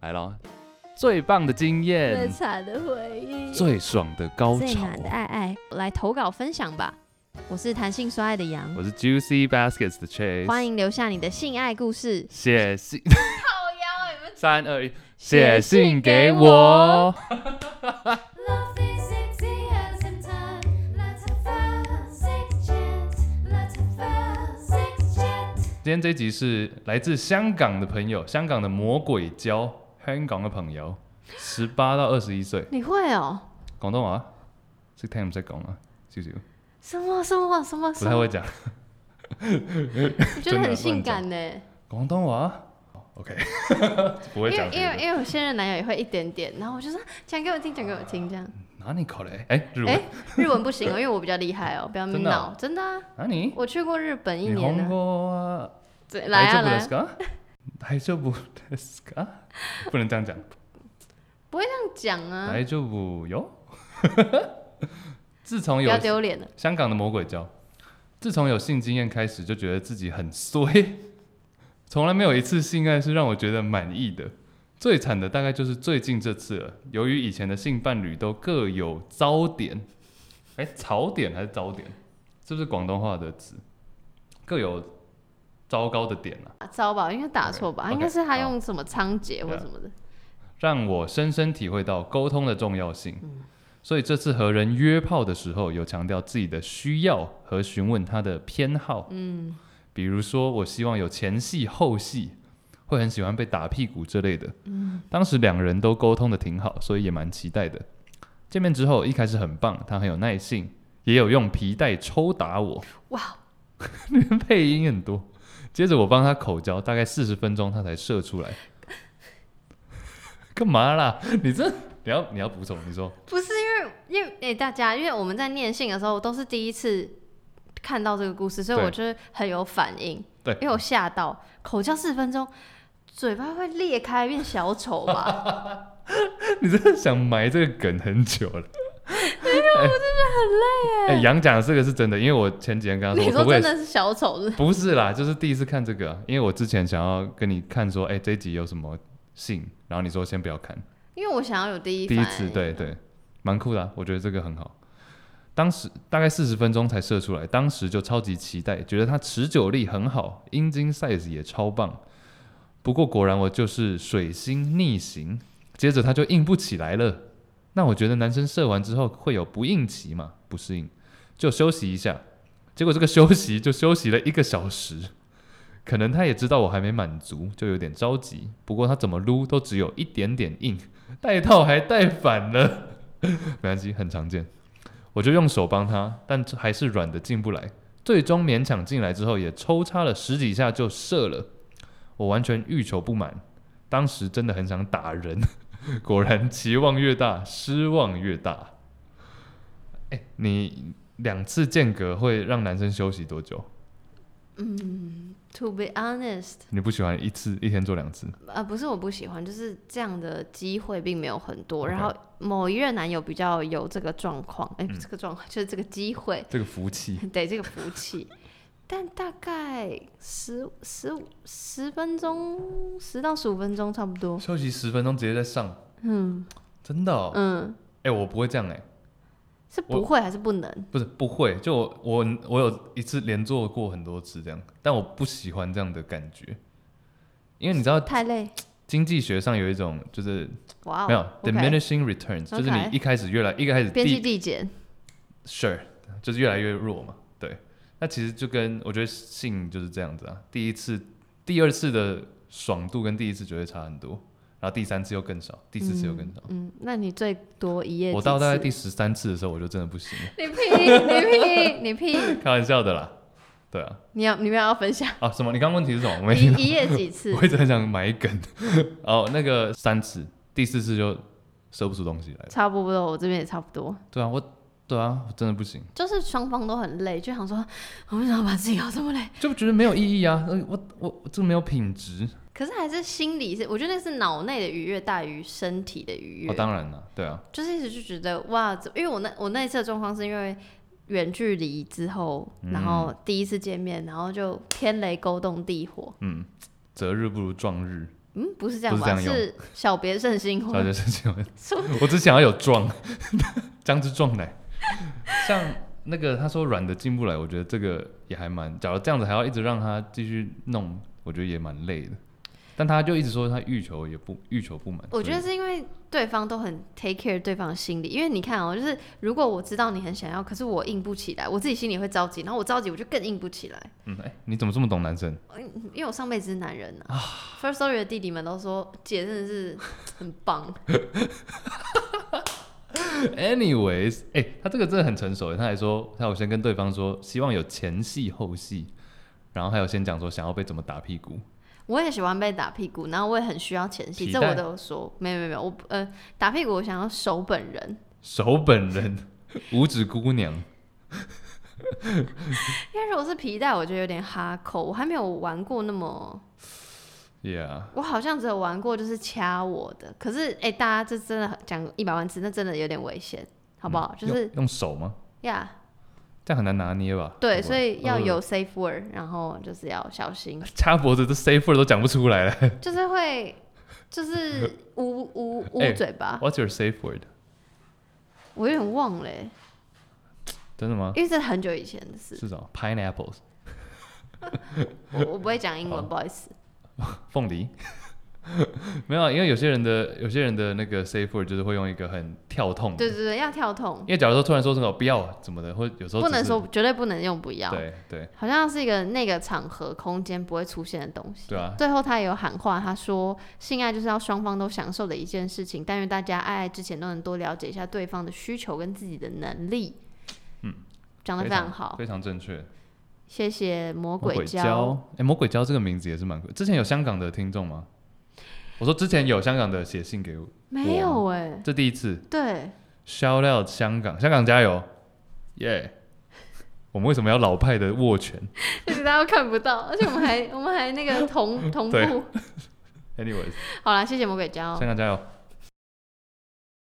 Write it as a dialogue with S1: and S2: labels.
S1: 来咯，最棒的经
S2: 最
S1: 验，
S2: 惨的回忆，
S1: 最爽的高
S3: 最
S1: 潮
S3: 暖。的爱爱，来投稿分享吧。我是弹性说爱的羊，
S1: 我是 Juicy Baskets 的 Chase，
S3: 欢迎留下你的性爱故事。
S1: 写 信
S2: 靠腰你们
S1: 三二一，写
S3: 写信
S1: 信给
S3: 给我
S1: 我。
S4: Love is easy as in time. Let's have a six chance. Let's have a six chance.
S1: 今天这集是来自香港的朋友，香港的魔鬼交，香港嘅朋友，十八到二十一歲，
S3: 你会哦？
S1: 廣東話識聽唔識講啊？少少，
S3: 什么什么什么？
S1: 不
S3: 什
S1: 太
S3: 么？
S1: 會講
S3: 我觉得
S1: 真的
S3: 很性感呢。
S1: 廣東話。OK，不會
S3: 因为
S1: 講
S3: 因为
S1: 這個。
S3: 因为我现任男友也会一点点，然后我就说讲给我听，讲给我听这样。
S1: 哪里考嘞？哎，日
S3: 哎
S1: 文。
S3: 日文不行哦，因为我比较厉害哦，不要
S1: 真的
S3: 闹
S1: 哦，
S3: 真的啊。
S1: 哪里？
S3: 我去过日本一
S1: 日
S3: 年啊
S1: 本
S3: 呢。
S1: 語は
S3: 对，来
S1: 大
S3: 啊
S1: 丈夫
S3: 来
S1: で
S3: 啊
S1: す，か？大丈夫ですか？ 不能這樣講。
S3: 讲啊，
S1: 大丈夫よ。 自從
S3: 不
S1: 有
S3: 要丢脸了。啊
S1: 香港的魔鬼教，自从有性经验开始，就觉得自己很衰， 从来没有一次性爱是让我觉得满意的。最惨的大概就是最近这次了，由于以前的性伴侣都各有糟点，哎、槽点还是糟点，是不是广东话的词？各有糟糕的点啊，
S3: 糟吧，应该打错吧
S1: OK，
S3: 应该是他
S1: OK，好啊
S3: 用什么仓颉或
S1: Yeah
S3: 什么的。
S1: 让我深深体会到沟通的重要性。所以这次和人约炮的时候，有强调自己的需要和询问他的偏好。
S3: 嗯，
S1: 比如说，我希望有前戏、后戏，会很喜欢被打屁股之类的。当时两人都沟通的挺好，所以也蛮期待的。见面之后，一开始很棒，他很有耐性，也有用皮带抽打我。
S3: 哇，
S1: 配音很多。接着我帮他口交，大概四十分钟，他才射出来。干嘛啦？你这你要你要补充，你说
S3: 不是因为因为诶、大家，因为我们在念信的时候都是第一次看到这个故事，所以
S1: 对
S3: 我就是很有反应。
S1: 对
S3: 因为我吓到，口交四分钟，嘴巴会裂开变小丑 吧？
S1: 你真的想埋这个梗很久了。没有，我真的很累哎、杨讲的这个是真的，因为我前几天跟他说，
S3: 你
S1: 我可
S3: 说
S1: 不可
S3: 真
S1: 以
S3: 的是小丑是不是？
S1: 不是啦，就是第一次看这个啊、因为我之前想要跟你看说，哎、这一集有什么信，然后你说先不要看，
S3: 因为我想要有第一
S1: 第
S3: 反
S1: 一
S3: 应
S1: 次，对对，蛮酷的啊、我觉得这个很好。当时大概四十分钟才射出来，当时就超级期待，觉得它持久力很好，阴茎 size 也超棒。不过果然我就是水星逆行，接着它就硬不起来了。那我觉得男生射完之后会有不应期嘛，不适应，就休息一下。结果这个休息就休息了一个小时，可能他也知道我还没满足，就有点着急。不过他怎么撸都只有一点点硬，带套还带反了， 没关系，很常见。我就用手帮他，但还是软的进不来。最终勉强进来之后，也抽插了十几下就射了。我完全欲求不满，当时真的很想打人。 果然，期望越大，失望越大。哎、你两次间隔会让男生休息多久？
S3: To be honest，
S1: 你不喜欢一次一天做两次？
S3: 呃，不是我不喜欢，就是这样的机会并没有很多。
S1: OK
S3: 然后某一任男友比较有这个状况，哎、
S1: 嗯
S3: 这个状况就是这个机会，
S1: 这个福气，
S3: 对这个福气。但大概十十五十分钟，十到十五分钟差不多。
S1: 休息十分钟直接再上，
S3: 嗯
S1: 真的、哦？哎、
S3: 嗯，
S1: 我不会这样哎、
S3: 是
S1: 我
S3: 不会还是不能？
S1: 不是不会，就我我我有一次连做过很多次这样，但我不喜欢这样的感觉，因为你知道
S3: 太累。
S1: 经济学上有一种就是、
S3: 哇哦，
S1: 没有
S3: OK
S1: diminishing returns，就是你
S3: OK
S1: 一开始越来一开始
S3: 边际
S1: 第
S3: 递减。
S1: sure 就是越来越弱嘛，对，那其实就跟我觉得性就是这样子啊，第一次、第二次的爽度跟第一次绝对差很多，然后第三次又更少，第四次又更少。
S3: 嗯，那你最多一夜
S1: 我
S3: 几
S1: 到大概
S3: 次
S1: 第十三次的时候，我就真的不行了，
S3: 你屁你屁你屁，
S1: 开玩笑的啦，对啊，
S3: 你要你们要分享
S1: 啊什么？你刚刚问题是什么？我没听到。
S3: 一一夜几次
S1: 我？一直很想买梗。 哦，那个三次，第四次就射不出东西来了。
S3: 差不多，我这边也差不多，
S1: 对啊，我对啊，我真的不行，
S3: 就是双方都很累，就想说我为什么把自己搞这么累？
S1: 就觉得没有意义啊。呃我我我这个没有品质。哦
S3: 可是还是心里是，我觉得那是脑内的愉悦大于身体的愉悦。
S1: 哦，当然了，对啊，
S3: 就是一直就觉得哇，怎因为我那我那一次的状况是因为远距离之后，然后
S1: 嗯
S3: 第一次见面，然后就天雷勾动地火，
S1: 嗯，择日不如撞日，
S3: 嗯，不是这样
S1: 不
S3: 吧？
S1: 是这样用
S3: 是小别胜新
S1: 小
S3: 婚
S1: 学，生请问，
S3: 什么
S1: 我只想要有壮， 将之壮奶。像那个他说软的进不来，我觉得这个也还蛮，假如这样子还要一直让他继续弄，我觉得也蛮累的。但他就一直说他欲求也不欲求不满，
S3: 我觉得
S1: 所
S3: 是因为对方都很 take care 对方的心理，因为你看哦、就是如果我知道你很想要，可是我硬不起来，我自己心里会着急，然后我着急我就更硬不起来，
S1: 以嗯，哎、你怎么这么懂男 生？
S3: 因为我上辈子是男人
S1: 啊
S3: 呐、First Story 的弟弟们都说姐真的是很棒，
S1: Anyways，哎、他这个真的很成熟耶。他还说，他有先跟对方说，希望有前戏后戏，然后还有先讲说想要被怎么打屁股。
S3: 我也喜欢被打屁股，然后我也很需要前戏，
S1: 皮
S3: 这
S1: 带
S3: 我都有说，没有没有没有，我不呃打屁股我想要手本人，
S1: 手本 人，五指姑娘，
S3: 因为如果是皮带，我觉得有点哈口，我还没有玩过那么。
S1: yeah，
S3: 我好像只有玩过就是掐我的，可是哎、大家这真的很讲一百万次，那真的有点危险，好不好？
S1: 嗯
S3: 就是
S1: 用用手吗？
S3: 呀
S1: 这样很难拿捏吧？
S3: 对，
S1: 会不会
S3: 所以要
S1: 呃
S3: 有 safe word，、然后就是要小心，
S1: 掐脖子的 safe word 都讲不出来了。
S3: 就是会就是捂捂 捂
S1: 哎
S3: 嘴巴，
S1: What's your safe word？
S3: 我有点忘了欸、
S1: 真的吗？
S3: 因为这很久以前的事，
S1: 是什么？Pineapples，
S3: 我我不会讲英文，不好意思。
S1: 凤梨。 没有啊，因为有些人的有些人的那个 safe word 就是会用一个很跳痛的，
S3: 对对对，要跳痛
S1: 因，为假如说突然说什么不要啊怎么的，或有时候
S3: 不
S1: 只
S3: 能
S1: 是
S3: 说绝对不能用不要，
S1: 对对
S3: 好像是一个那个场合空间不会出现的东西。
S1: 对啊，
S3: 最后他也有喊话，他说：“性爱就是要双方都享受的一件事情，但愿大家爱爱之前都能多了解一下对方的需求跟自己的能力。”
S1: 嗯，
S3: 讲的非常好，
S1: 非常正确。
S3: 谢谢魔
S1: 魔
S3: 鬼
S1: 鬼
S3: 交。
S1: 胶，哎、魔鬼胶这个名字也是蛮酷。之前有香港的听众吗？我说之前有香港的写信给我，
S3: 没有哎、
S1: 这第一次
S3: 对，
S1: shout out 香港，香港加油，耶、我们为什么要老派的握拳
S3: 就是大家都看不到，而且 我们还我们还那个同同步
S1: 对。？Anyways，
S3: 好啦，谢谢魔鬼交哦
S1: 香。港加油，